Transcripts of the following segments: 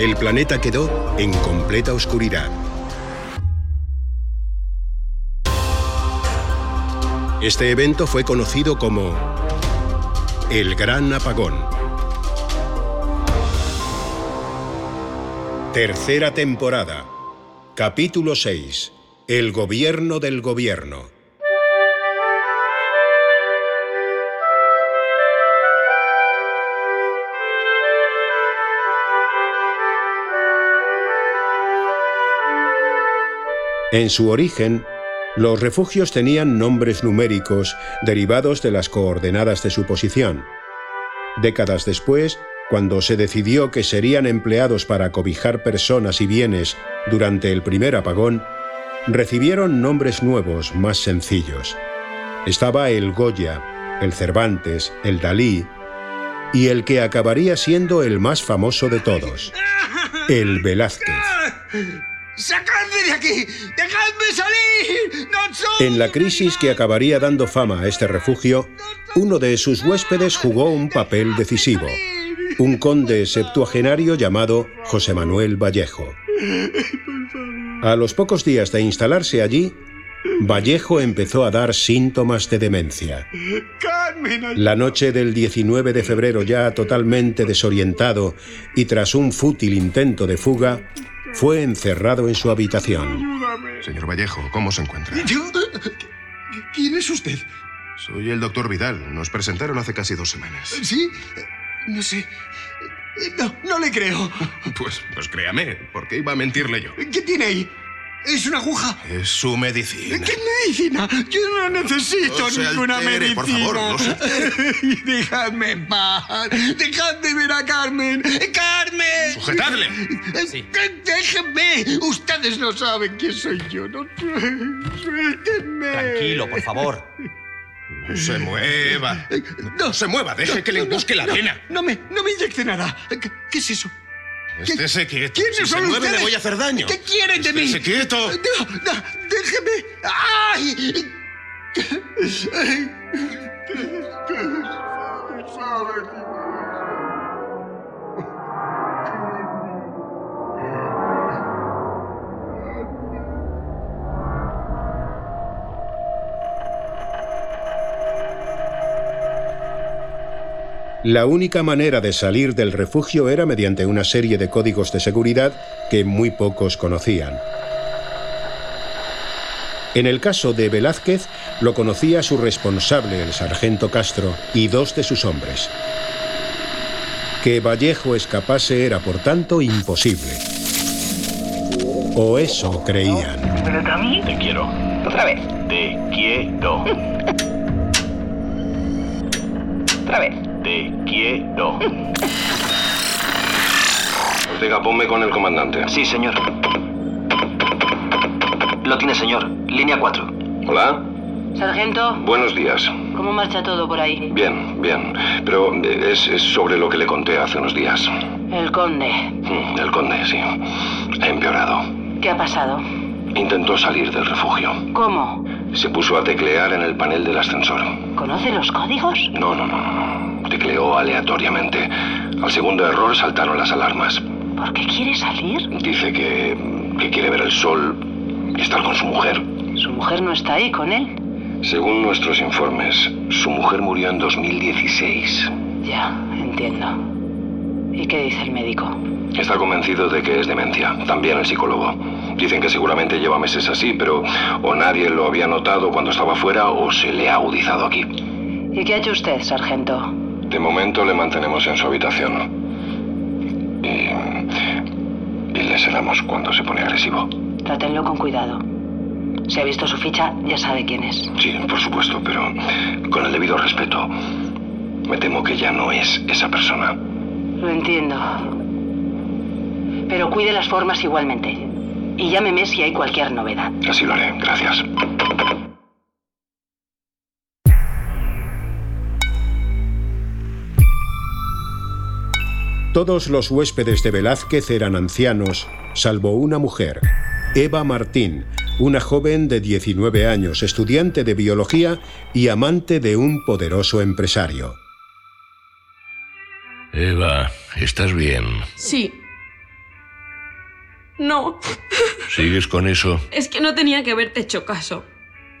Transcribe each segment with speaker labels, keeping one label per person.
Speaker 1: El planeta quedó en completa oscuridad. Este evento fue conocido como el Gran Apagón. Tercera temporada. Capítulo 6. El gobierno del gobierno. En su origen, los refugios tenían nombres numéricos derivados de las coordenadas de su posición. Décadas después, cuando se decidió que serían empleados para cobijar personas y bienes durante el primer apagón, recibieron nombres nuevos, más sencillos. Estaba el Goya, el Cervantes, el Dalí y el que acabaría siendo el más famoso de todos, el Velázquez.
Speaker 2: ¡Sacadme de aquí! ¡Dejadme salir! ¡No soy
Speaker 1: En la crisis que acabaría dando fama a este refugio, uno de sus huéspedes jugó un papel decisivo, un conde septuagenario llamado José Manuel Vallejo. A los pocos días de instalarse allí, Vallejo empezó a dar síntomas de demencia.
Speaker 2: ¡Carmen! ay-
Speaker 1: La noche del 19 de febrero, ya totalmente desorientado y tras un fútil intento de fuga, fue encerrado en su habitación.
Speaker 2: ¡Ayúdame!
Speaker 3: Señor Vallejo, ¿cómo se encuentra?
Speaker 2: Yo- ¿Quién es usted?
Speaker 3: Soy el doctor Vidal. Nos presentaron hace casi dos semanas.
Speaker 2: ¿Sí? No sé. No, no le creo.
Speaker 3: Pues, pues créame, ¿por qué iba a mentirle yo?
Speaker 2: ¿Qué tiene ahí? ¿Es una aguja?
Speaker 3: Es su medicina.
Speaker 2: ¿Qué medicina? Yo no necesito
Speaker 3: No se
Speaker 2: ninguna
Speaker 3: altere,
Speaker 2: medicina.
Speaker 3: por favor, no se
Speaker 2: Dejadme en paz. Dejadme ver a Carmen. ¡Carmen!
Speaker 3: ¡Sujetadle!
Speaker 2: Eh, ¡Déjenme! Ustedes no saben quién soy yo. No, suéltenme.
Speaker 4: Tranquilo, por favor.
Speaker 3: No se mueva.
Speaker 2: Eh,
Speaker 3: No se mueva, deje que le busque la vena.
Speaker 2: No me, no me inyecte nada. ¿Qué, qué es eso?
Speaker 3: Estése quieto.
Speaker 2: ¿Quiénes
Speaker 3: si
Speaker 2: son
Speaker 3: se mueve,
Speaker 2: ustedes?
Speaker 3: le voy a hacer daño.
Speaker 2: ¿Qué quieren de mí?
Speaker 3: Estése quieto.
Speaker 2: No, no, déjeme. ¡Ay!
Speaker 1: La única manera de salir del refugio era mediante una serie de códigos de seguridad que muy pocos conocían. En el caso de Velázquez, lo conocía su responsable, el sargento Castro, y dos de sus hombres. Que Vallejo escapase era, por tanto, imposible. O eso creían.
Speaker 5: Pero también
Speaker 6: Te quiero.
Speaker 5: Otra vez,
Speaker 6: Te quiero.
Speaker 5: otra vez.
Speaker 6: Te quiero.
Speaker 3: Ortega, ponme con el comandante.
Speaker 6: Sí, señor. Lo tiene, señor. Línea 4.
Speaker 3: Hola,
Speaker 7: Sargento,
Speaker 3: buenos días.
Speaker 7: ¿cómo marcha todo por ahí?
Speaker 3: Bien, bien. Pero eh, es, sobre lo que le conté hace unos días. Mm,
Speaker 7: El conde,
Speaker 3: El conde, sí. Ha empeorado.
Speaker 7: ¿qué ha pasado?
Speaker 3: Intentó salir del refugio.
Speaker 7: ¿Cómo?
Speaker 3: Se puso a teclear en el panel del ascensor.
Speaker 7: ¿Conoce los códigos?
Speaker 3: No, no, no, no, no. Tecleó aleatoriamente. Al segundo error saltaron las alarmas.
Speaker 7: ¿Por qué quiere salir?
Speaker 3: Dice que, que quiere ver el sol y estar con su mujer.
Speaker 7: Su mujer no está ahí con él.
Speaker 3: Según nuestros informes, su mujer murió en 2016.
Speaker 7: Ya, entiendo. ¿Y qué dice el médico?
Speaker 3: Está convencido de que es demencia. También el psicólogo. Dicen que seguramente lleva meses así, pero o nadie lo había notado cuando estaba fuera o se le ha agudizado aquí.
Speaker 7: ¿Y qué ha hecho usted, sargento?
Speaker 3: De momento le mantenemos en su habitación. Y, y le seramos cuando se pone agresivo.
Speaker 7: Trátenlo con cuidado. Si ha visto su ficha, ya sabe quién es.
Speaker 3: Sí, por supuesto, pero con el debido respeto. Me temo que ya no es esa persona.
Speaker 7: Lo entiendo. Pero cuide las formas igualmente. Y llámeme si hay cualquier novedad.
Speaker 3: Así lo haré, gracias.
Speaker 1: Todos los huéspedes de Velázquez eran ancianos, salvo una mujer, Eva Martín, una joven de 19 años, estudiante de biología y amante de un poderoso empresario.
Speaker 8: Eva, ¿estás bien?
Speaker 9: Sí. No,
Speaker 8: ¿Sigues con eso?
Speaker 9: es que no tenía que haberte hecho caso.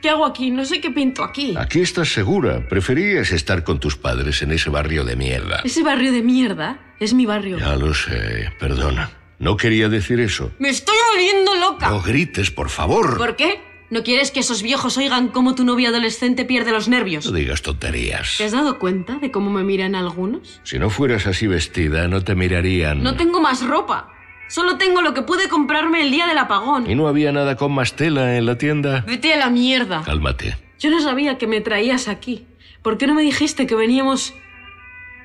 Speaker 9: ¿Qué hago aquí? No sé qué pinto aquí.
Speaker 8: Aquí estás segura. Preferías estar con tus padres en ese barrio de mierda.
Speaker 9: Ese barrio de mierda es mi barrio.
Speaker 8: Ya lo sé, perdona. No quería decir eso.
Speaker 9: Me estoy volviendo loca.
Speaker 8: No grites, por favor.
Speaker 9: ¿Por qué? ¿No quieres que esos viejos oigan cómo tu novia adolescente pierde los nervios?
Speaker 8: No digas tonterías.
Speaker 9: ¿Te has dado cuenta de cómo me miran algunos?
Speaker 8: Si no fueras así vestida, no te mirarían.
Speaker 9: No tengo más ropa. Solo tengo lo que pude comprarme el día del
Speaker 8: ¿Y
Speaker 9: apagón.
Speaker 8: no había nada con más tela en la tienda?
Speaker 9: Vete a la mierda.
Speaker 8: Cálmate.
Speaker 9: Yo no sabía que me traías aquí. ¿Por qué no me dijiste que veníamos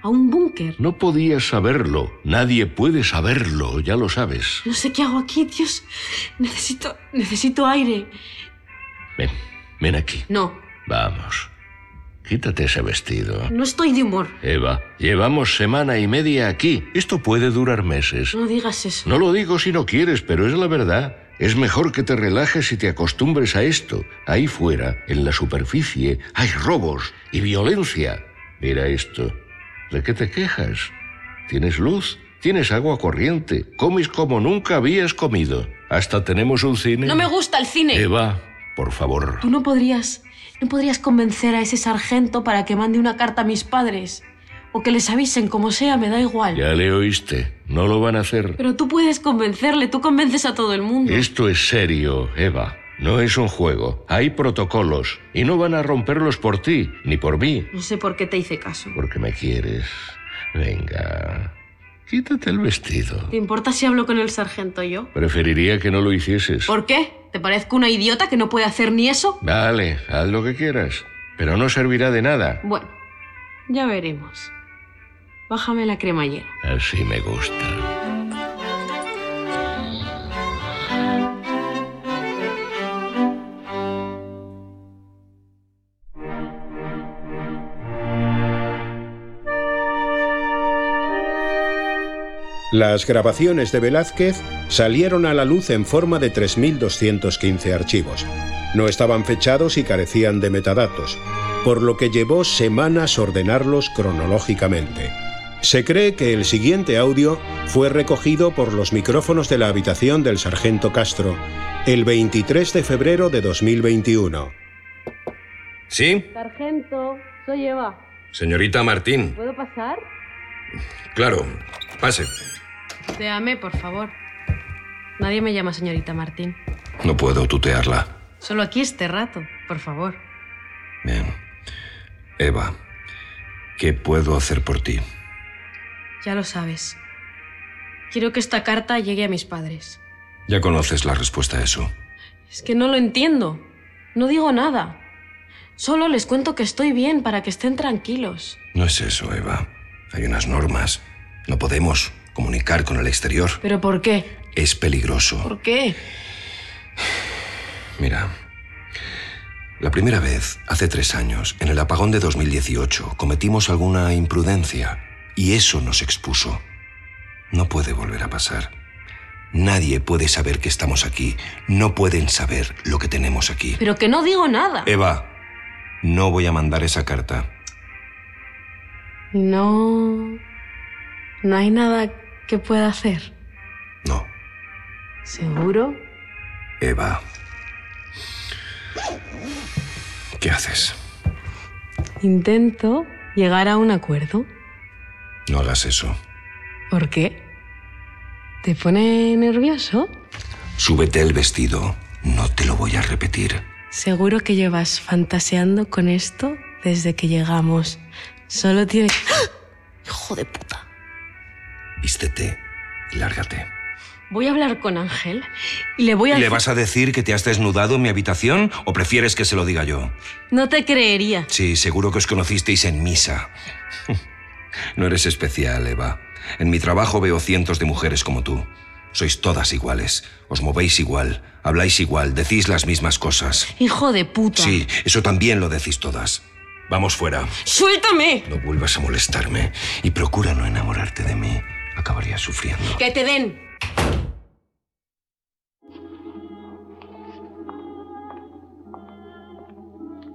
Speaker 9: a un búnker?
Speaker 8: No podías saberlo. Nadie puede saberlo, ya lo sabes.
Speaker 9: No sé qué hago aquí, Dios. Necesito, necesito aire.
Speaker 8: Ven, ven aquí.
Speaker 9: No,
Speaker 8: Vamos. Quítate ese vestido.
Speaker 9: no estoy de humor.
Speaker 8: Eva, llevamos semana y media aquí. Esto puede durar meses.
Speaker 9: No digas eso.
Speaker 8: No lo digo si no quieres, pero es la verdad. Es mejor que te relajes y te acostumbres a esto. Ahí fuera, en la superficie, hay robos y violencia. Mira esto. ¿De qué te quejas? Tienes luz, tienes agua corriente, comes como nunca habías comido. Hasta tenemos un cine.
Speaker 9: No me gusta el cine.
Speaker 8: Eva, por favor.
Speaker 9: Tú no podrías, no podrías convencer a ese sargento para que mande una carta a mis padres. O que les avisen, como sea, me da igual.
Speaker 8: Ya le oíste. No lo van a hacer.
Speaker 9: Pero tú puedes convencerle, tú convences a todo el mundo.
Speaker 8: Esto es serio, Eva. No es un juego. Hay protocolos. Y no van a romperlos por ti, ni por mí.
Speaker 9: No sé por qué te hice caso.
Speaker 8: Porque me quieres. Venga. Quítate el vestido.
Speaker 9: ¿Te importa si hablo con el sargento yo?
Speaker 8: Preferiría que no lo hicieses.
Speaker 9: ¿Por qué? ¿Te parezco una idiota que no puede hacer ni eso?
Speaker 8: Vale, haz lo que quieras. Pero no servirá de nada.
Speaker 9: Bueno, ya veremos. Bájame la cremallera.
Speaker 8: Así me gusta.
Speaker 1: Las grabaciones de Velázquez salieron a la luz en forma de 3.215 archivos. No estaban fechados y carecían de metadatos, por lo que llevó semanas ordenarlos cronológicamente. Se cree que el siguiente audio fue recogido por los micrófonos de la habitación del sargento Castro el 23 de febrero de 2021.
Speaker 2: ¿Sí?
Speaker 9: Sargento, soy Eva.
Speaker 2: Señorita Martín.
Speaker 9: ¿Puedo pasar?
Speaker 2: Claro, pase.
Speaker 9: Déjame, por favor. Nadie me llama señorita Martín.
Speaker 2: No puedo tutearla.
Speaker 9: Solo aquí este rato, por favor.
Speaker 2: Bien. Eva, ¿qué puedo hacer por ti?
Speaker 9: Ya lo sabes. Quiero que esta carta llegue a mis padres.
Speaker 2: Ya conoces la respuesta a eso.
Speaker 9: Es que no lo entiendo. No digo nada. Solo les cuento que estoy bien para que estén tranquilos.
Speaker 2: No es eso, Eva. Hay unas normas. No podemos comunicar con el exterior.
Speaker 9: ¿Pero por qué?
Speaker 2: Es peligroso.
Speaker 9: ¿Por qué?
Speaker 2: Mira, la primera vez, hace tres años, en el apagón de 2018, cometimos alguna imprudencia y eso nos expuso. No puede volver a pasar. Nadie puede saber que estamos aquí. No pueden saber lo que tenemos aquí.
Speaker 9: Pero que no digo nada.
Speaker 1: Eh.
Speaker 2: Eva, no voy a mandar esa carta.
Speaker 9: No... No hay nada que pueda hacer.
Speaker 2: No,
Speaker 9: ¿Seguro?
Speaker 2: Eva. ¿Qué haces?
Speaker 9: Intento llegar a un acuerdo.
Speaker 2: No hagas eso.
Speaker 9: ¿Por qué? ¿Te pone nervioso?
Speaker 2: Súbete el vestido. No te lo voy a repetir.
Speaker 9: Seguro que llevas fantaseando con esto desde que llegamos. Solo tienes... ¡Ah! ¡Hijo de puta!
Speaker 2: Vístete y lárgate.
Speaker 9: Voy a hablar con Ángel y le voy a...
Speaker 2: ¿Le
Speaker 9: decir-
Speaker 2: vas a decir que te has desnudado en mi habitación o prefieres que se lo diga yo?
Speaker 9: No te creería.
Speaker 2: Sí, seguro que os conocisteis en misa. No eres especial, Eva. En mi trabajo veo cientos de mujeres como tú.
Speaker 3: Sois todas iguales, os movéis igual, habláis igual, decís las mismas cosas.
Speaker 10: Hijo de puta.
Speaker 3: Sí, eso también lo decís todas. Vamos fuera.
Speaker 10: ¡Suéltame!
Speaker 3: No vuelvas a molestarme y procura no enamorarte de mí. Acabarías sufriendo.
Speaker 10: ¡Que te den!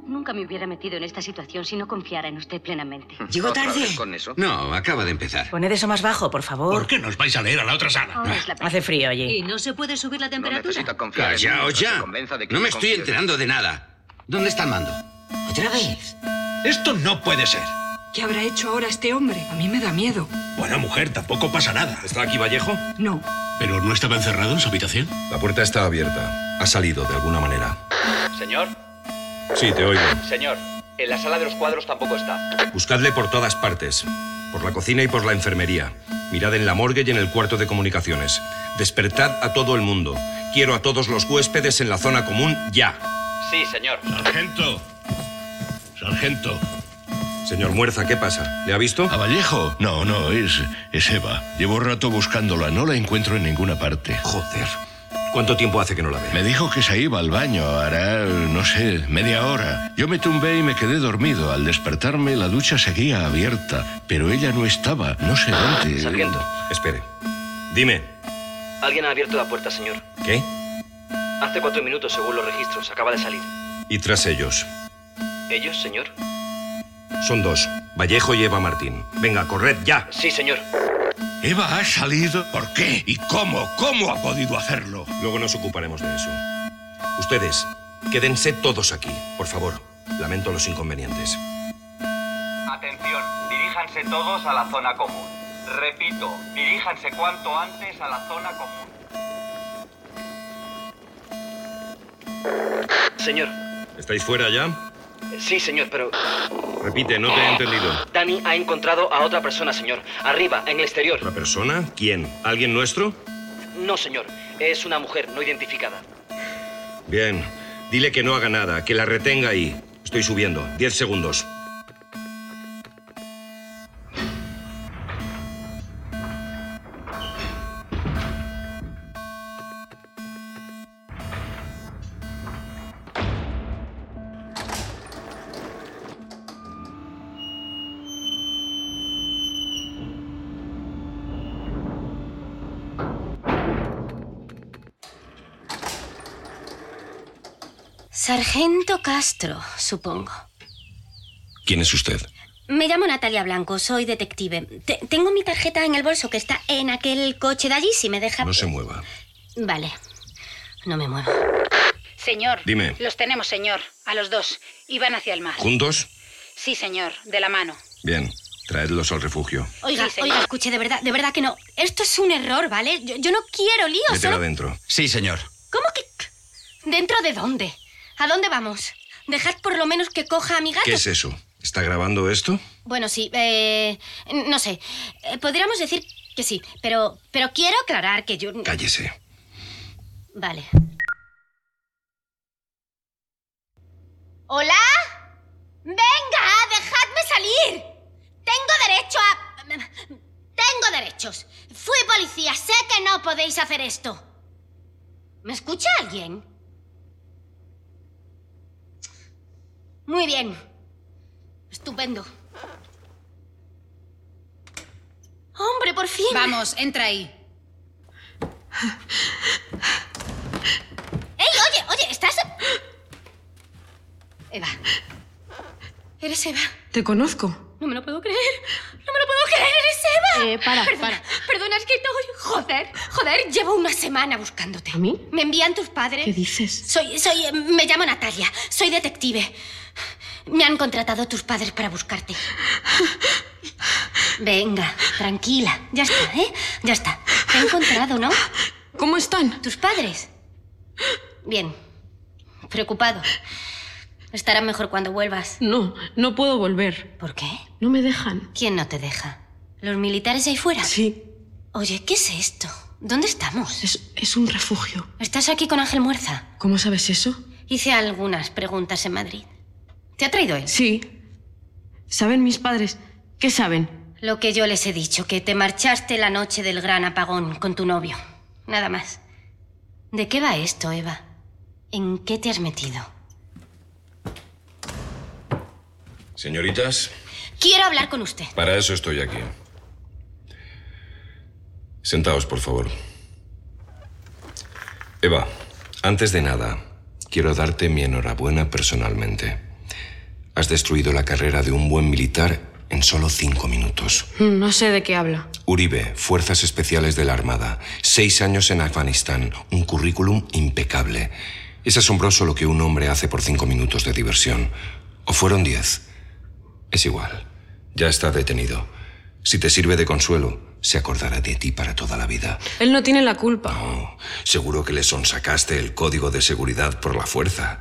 Speaker 11: Nunca me hubiera metido en esta situación si no confiara en usted plenamente.
Speaker 8: ¿Llego tarde?
Speaker 12: ¿Con eso?
Speaker 8: No, acaba de empezar.
Speaker 10: Poned eso más bajo, por favor.
Speaker 8: ¿Por qué nos vais a leer a la otra sala?
Speaker 11: Ahora es la pena.
Speaker 10: Hace frío allí.
Speaker 11: ¿Y no se puede subir la temperatura?
Speaker 12: confiar en mí,
Speaker 8: Callaos
Speaker 12: no se
Speaker 8: ya.
Speaker 12: convenza de que
Speaker 8: No me
Speaker 12: yo
Speaker 8: estoy
Speaker 12: confío en él.
Speaker 8: enterando de nada. ¿Dónde está el mando?
Speaker 13: ¿Otra vez?
Speaker 8: Esto no puede ser.
Speaker 13: ¿Qué habrá hecho ahora este hombre? A mí me da miedo.
Speaker 8: Buena mujer, tampoco pasa nada.
Speaker 3: ¿Está aquí Vallejo?
Speaker 13: No.
Speaker 8: ¿Pero no estaba encerrado en su habitación?
Speaker 3: La puerta está abierta. Ha salido de alguna manera.
Speaker 7: Señor,
Speaker 3: Sí, te oigo.
Speaker 7: señor, en la sala de los cuadros tampoco está.
Speaker 3: Buscadle por todas partes. Por la cocina y por la enfermería. Mirad en la morgue y en el cuarto de comunicaciones. Despertad a todo el mundo. Quiero a todos los huéspedes en la zona común ya.
Speaker 7: Sí, señor.
Speaker 8: Sargento. Sargento.
Speaker 3: Señor Muerza, ¿qué pasa? ¿Le ha visto?
Speaker 2: ¿A Vallejo? No, no, es, es Eva. Llevo rato buscándola, no la encuentro en ninguna parte.
Speaker 3: Joder. ¿Cuánto tiempo hace que no la ve?
Speaker 2: Me dijo que se iba al baño, hará, no sé, media hora. Yo me tumbé y me quedé dormido. Al despertarme, la ducha seguía abierta, pero ella no estaba, no sé dónde.
Speaker 7: Sargento,
Speaker 3: Espere. Dime.
Speaker 7: alguien ha abierto la puerta, señor.
Speaker 3: ¿Qué?
Speaker 7: Hace cuatro minutos, según los registros, acaba de salir.
Speaker 3: Y tras ellos.
Speaker 7: ¿Ellos, señor?
Speaker 3: Son dos. Vallejo y Eva Martín. Venga, corred ya.
Speaker 7: Sí, señor.
Speaker 2: Eva ha salido. ¿Por qué? ¿Y cómo? ¿Cómo ha podido hacerlo?
Speaker 3: Luego nos ocuparemos de eso. Ustedes, quédense todos aquí, por favor. Lamento los inconvenientes.
Speaker 14: Atención, diríjanse todos a la zona común. Repito, diríjanse cuanto antes a la zona común.
Speaker 7: Señor.
Speaker 3: ¿Estáis fuera ya?
Speaker 7: Sí, señor, pero...
Speaker 3: Repite, no te he entendido.
Speaker 7: Dani ha encontrado a otra persona, señor. Arriba, en el exterior.
Speaker 3: ¿Otra persona? ¿Quién? ¿Alguien nuestro?
Speaker 7: No, señor. Es una mujer no identificada.
Speaker 3: Bien. Dile que no haga nada, que la retenga ahí. Estoy subiendo. Diez segundos.
Speaker 11: Sargento Castro, supongo.
Speaker 3: ¿Quién es usted?
Speaker 11: Me llamo Natalia Blanco, soy detective. Te- tengo mi tarjeta en el bolso que está en aquel coche de allí, si me deja...
Speaker 3: No se mueva.
Speaker 11: Vale, no me muevo.
Speaker 15: Señor.
Speaker 3: Dime.
Speaker 15: Los tenemos, señor. A los dos. Iban hacia el mar.
Speaker 3: ¿Juntos?
Speaker 15: Sí, señor. De la mano.
Speaker 3: Bien. Traedlos al refugio.
Speaker 11: Oiga, oiga, escuche, de verdad, de verdad que no. Esto es un error, ¿vale? Yo, yo no quiero líos,
Speaker 3: Métela
Speaker 11: solo...
Speaker 3: adentro.
Speaker 7: Sí, señor.
Speaker 11: ¿Cómo que...? ¿Dentro de dónde? ¿A dónde vamos? Dejad por lo menos que coja a mi gato.
Speaker 3: ¿Qué es eso? ¿Está grabando esto?
Speaker 11: Bueno, sí, eh, no sé. Eh, podríamos decir que sí, pero, pero quiero aclarar que yo...
Speaker 3: Cállese.
Speaker 11: Vale. ¿Hola? ¡Venga! ¡Dejadme salir! Tengo derecho a... Tengo derechos. Fui policía, sé que no podéis hacer esto. ¿Me escucha alguien? Muy bien. Estupendo. Hombre, por fin.
Speaker 15: Vamos, entra ahí.
Speaker 11: ¡Ey, oye, oye! ¿Estás...? Eva. ¿Eres Eva?
Speaker 9: Te conozco.
Speaker 11: No me lo puedo creer. No me lo puedo creer, es Eva.
Speaker 9: Eh, para,
Speaker 11: perdona, Perdona, es que no. Joder, joder, llevo una semana buscándote. ¿A mí? Me envían tus padres.
Speaker 9: ¿Qué dices?
Speaker 11: Soy, soy, eh, me llamo Natalia. Soy detective. Me han contratado tus padres para buscarte. Venga, tranquila. Ya está, ¿eh? Ya está. Te he encontrado, ¿no?
Speaker 9: ¿Cómo están?
Speaker 11: ¿Tus padres? Bien. Preocupado. Estarán mejor cuando vuelvas.
Speaker 9: No, no puedo volver.
Speaker 11: ¿Por qué?
Speaker 9: No me dejan.
Speaker 11: ¿Quién no te deja? ¿Los militares ahí fuera?
Speaker 9: Sí.
Speaker 11: Oye, ¿qué es esto? ¿Dónde estamos?
Speaker 9: Es, es un refugio.
Speaker 11: ¿Estás aquí con Ángel Muerza?
Speaker 9: ¿Cómo sabes eso?
Speaker 11: Hice algunas preguntas en Madrid. ¿Te ha traído él?
Speaker 9: Sí. ¿Saben mis padres? ¿Qué saben?
Speaker 11: Lo que yo les he dicho, que te marchaste la noche del gran apagón con tu novio. nada más. ¿De qué va esto, Eva? ¿En qué te has metido?
Speaker 16: Señoritas,
Speaker 11: Quiero hablar con usted.
Speaker 16: para eso estoy aquí. Sentaos, por favor.
Speaker 8: Eva, antes de nada, quiero darte mi enhorabuena personalmente. Has destruido la carrera de un buen militar en solo cinco minutos.
Speaker 9: Mm, No sé de qué habla.
Speaker 8: Uribe, Fuerzas Especiales de la Armada. Seis años en Afganistán. Un currículum impecable. Es asombroso lo que un hombre hace por cinco minutos de diversión. O fueron diez. Es igual. Ya está detenido. Si te sirve de consuelo, se acordará de ti para toda la vida.
Speaker 9: Él no tiene la culpa.
Speaker 8: Seguro que le sonsacaste el código de seguridad por la fuerza.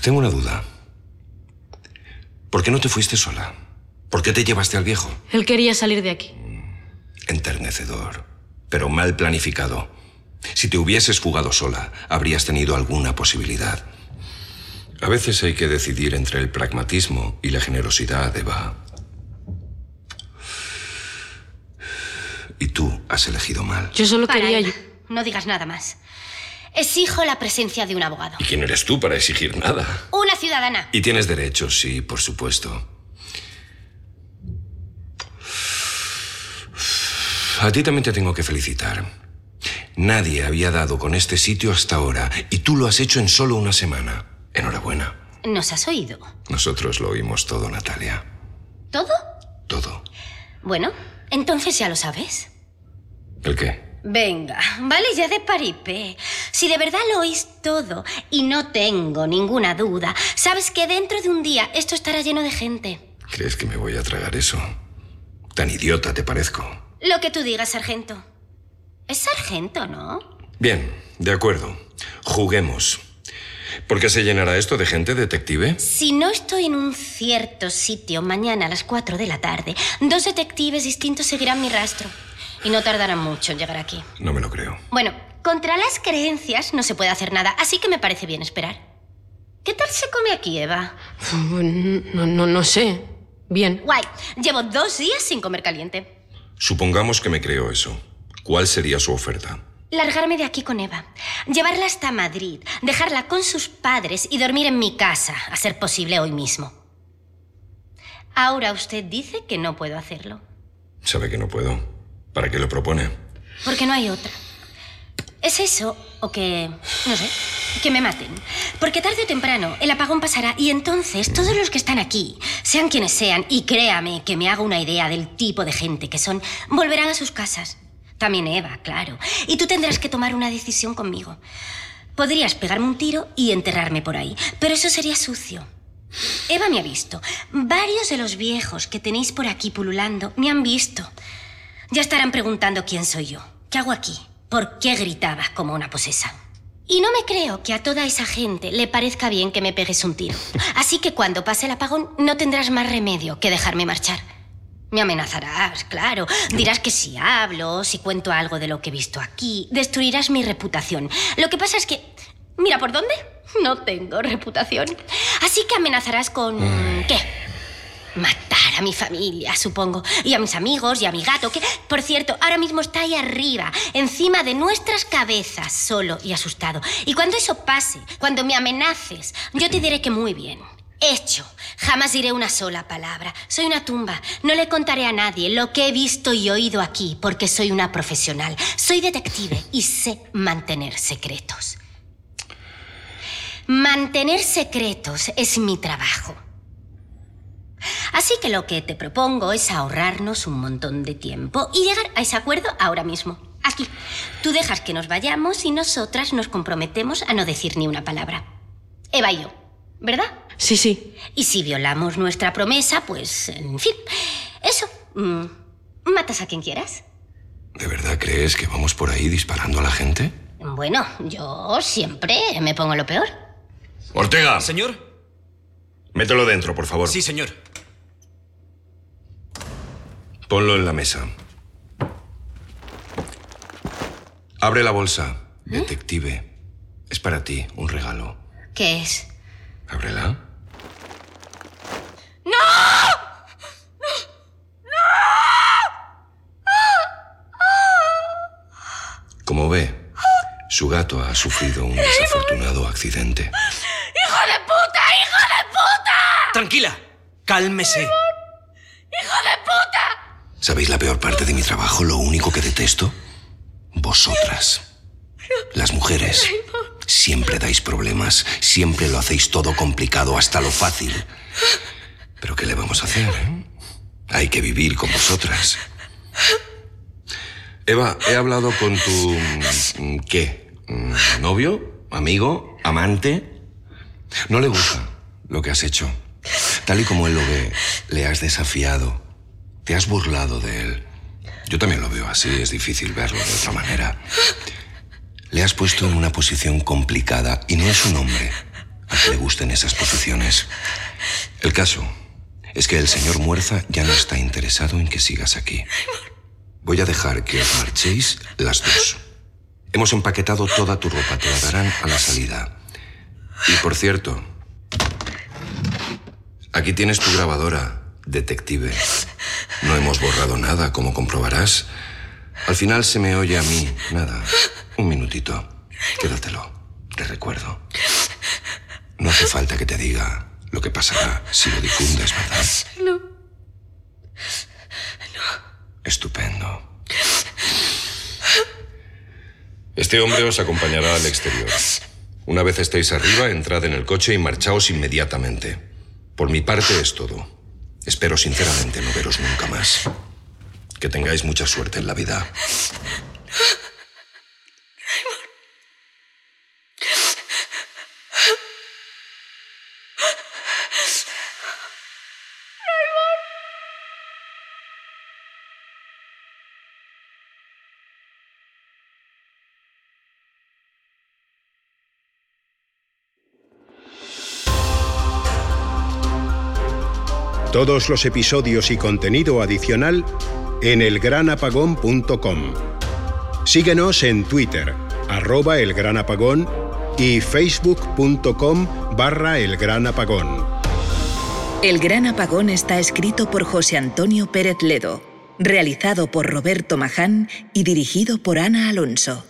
Speaker 8: Tengo una duda. ¿Por qué no te fuiste sola? ¿Por qué te llevaste al viejo?
Speaker 9: Él quería salir de aquí.
Speaker 8: Enternecedor, pero mal planificado. Si te hubieses fugado sola, habrías tenido alguna posibilidad.
Speaker 16: A veces hay que decidir entre el pragmatismo y la generosidad, Eva.
Speaker 8: Y tú has elegido mal.
Speaker 9: Yo solo
Speaker 11: Para,
Speaker 9: quería
Speaker 11: Eva, No digas nada más. Exijo la presencia de un abogado.
Speaker 16: ¿Y quién eres tú para exigir nada?
Speaker 11: Una ciudadana.
Speaker 8: Y tienes derechos, sí, por supuesto. A ti también te tengo que felicitar. Nadie había dado con este sitio hasta ahora y tú lo has hecho en solo una semana. Enhorabuena.
Speaker 11: ¿Nos has oído?
Speaker 8: Nosotros lo oímos todo, Natalia.
Speaker 11: ¿Todo?
Speaker 8: Todo.
Speaker 11: Bueno, entonces ya lo sabes.
Speaker 8: ¿El qué?
Speaker 11: Venga, vale ya de paripé. Si de verdad lo oís todo y no tengo ninguna duda, sabes que dentro de un día esto estará lleno de gente.
Speaker 8: ¿Crees que me voy a tragar eso? Tan idiota te parezco.
Speaker 11: Lo que tú digas, sargento. Es sargento, ¿no?
Speaker 8: Bien, de acuerdo. Juguemos.
Speaker 16: ¿Por qué se llenará esto de gente, detective?
Speaker 11: Si no estoy en un cierto sitio mañana a las 4 de la tarde, dos detectives distintos seguirán mi rastro. Y no tardarán mucho en llegar aquí.
Speaker 8: No me lo creo.
Speaker 11: Bueno, contra las creencias no se puede hacer nada, así que me parece bien esperar. ¿Qué tal se come aquí, Eva?
Speaker 9: No, no, no sé. Bien.
Speaker 11: Guay, llevo dos días sin comer caliente.
Speaker 16: Supongamos que me creo eso. ¿Cuál sería su oferta?
Speaker 11: Largarme de aquí con Eva, llevarla hasta Madrid, dejarla con sus padres y dormir en mi casa, a ser posible hoy mismo. Ahora usted dice que no puedo hacerlo,
Speaker 16: Sabe que no puedo. ¿Para qué lo propone?
Speaker 11: porque no hay otra. ¿Es eso o que... no sé, que me maten? Porque tarde o temprano el apagón pasará y entonces todos los que están aquí, sean quienes sean, y créame que me hago una idea del tipo de gente que son, volverán a sus casas. También Eva, claro. Y tú tendrás que tomar una decisión conmigo. Podrías pegarme un tiro y enterrarme por ahí, pero eso sería sucio. Eva me ha visto. Varios de los viejos que tenéis por aquí pululando me han visto. Ya estarán preguntando quién soy yo, qué hago aquí, por qué gritaba como una posesa. Y no me creo que a toda esa gente le parezca bien que me pegues un tiro. Así que cuando pase el apagón no tendrás más remedio que dejarme marchar. Me amenazarás, claro. Dirás que si hablo, si cuento algo de lo que he visto aquí, destruirás mi reputación. Lo que pasa es que... Mira, ¿por dónde? No tengo reputación. Así que amenazarás con... ¿Qué? Matar a mi familia, supongo. Y a mis amigos y a mi gato, que, por cierto, ahora mismo está ahí arriba, encima de nuestras cabezas, solo y asustado. Y cuando eso pase, cuando me amenaces, yo te diré que muy bien. Hecho. Jamás diré una sola palabra. Soy una tumba. No le contaré a nadie lo que he visto y oído aquí, porque soy una profesional. Soy detective y sé mantener secretos. Mantener secretos es mi trabajo. Así que lo que te propongo es ahorrarnos un montón de tiempo y llegar a ese acuerdo ahora mismo. Aquí. Tú dejas que nos vayamos y nosotras nos comprometemos a no decir ni una palabra. Eva y yo, ¿verdad?
Speaker 9: Sí, sí.
Speaker 11: Y si violamos nuestra promesa, pues, en fin. Eso. mm, matas a quien quieras.
Speaker 8: ¿De verdad crees que vamos por ahí disparando a la gente?
Speaker 11: Bueno, yo siempre me pongo lo peor.
Speaker 16: Ortega. Señor. Mételo dentro, por favor. Sí, señor.
Speaker 8: Ponlo en la mesa. Abre la bolsa, detective. Es para ti, un regalo.
Speaker 11: ¿Qué es?
Speaker 8: Ábrela. gato ha sufrido un desafortunado accidente.
Speaker 11: ¡Hijo de puta! ¡Hijo de puta!
Speaker 8: Tranquila, cálmese.
Speaker 11: ¡Hijo de puta!
Speaker 8: ¿Sabéis la peor parte de mi trabajo? Lo único que detesto. Vosotras. Las mujeres. Siempre dais problemas, siempre lo hacéis todo complicado, hasta lo fácil. Pero ¿qué le vamos a hacer? eh? Hay que vivir con vosotras.
Speaker 16: Eva, he hablado con tu... mm, ¿Qué? Mm, ¿Novio? ¿Amigo? ¿Amante?
Speaker 8: No le gusta lo que has hecho. Tal y como él lo ve, le has desafiado. Te has burlado de él. Yo también lo veo así, es difícil verlo de otra manera. Le has puesto en una posición complicada y no es un hombre al que le gusten esas posiciones. El caso es que el señor Muerza ya no está interesado en que sigas aquí. Voy a dejar que os marchéis las dos. Hemos empaquetado toda tu ropa, te la darán a la salida.
Speaker 16: Y por cierto, aquí tienes tu grabadora, detective.
Speaker 8: No hemos borrado nada, como comprobarás.
Speaker 16: Al final se me oye a mí. Nada. Un minutito. Quédatelo.
Speaker 8: Te recuerdo. No hace falta que te diga lo que pasará si lo difundes, ¿verdad?
Speaker 9: No.
Speaker 8: Estupendo.
Speaker 16: Este hombre os acompañará al exterior. Una vez estéis arriba, entrad en el coche y marchaos inmediatamente. Por mi parte es todo. Espero sinceramente no veros nunca más. Que tengáis mucha suerte en la vida.
Speaker 1: Todos los episodios y contenido adicional en elgranapagón.com. Síguenos en Twitter, arroba elgranapagón y facebook.com barra elgranapagón.
Speaker 13: El Gran Apagón está escrito por José Antonio Pérez Ledo, realizado por Roberto Maján y dirigido por Ana Alonso.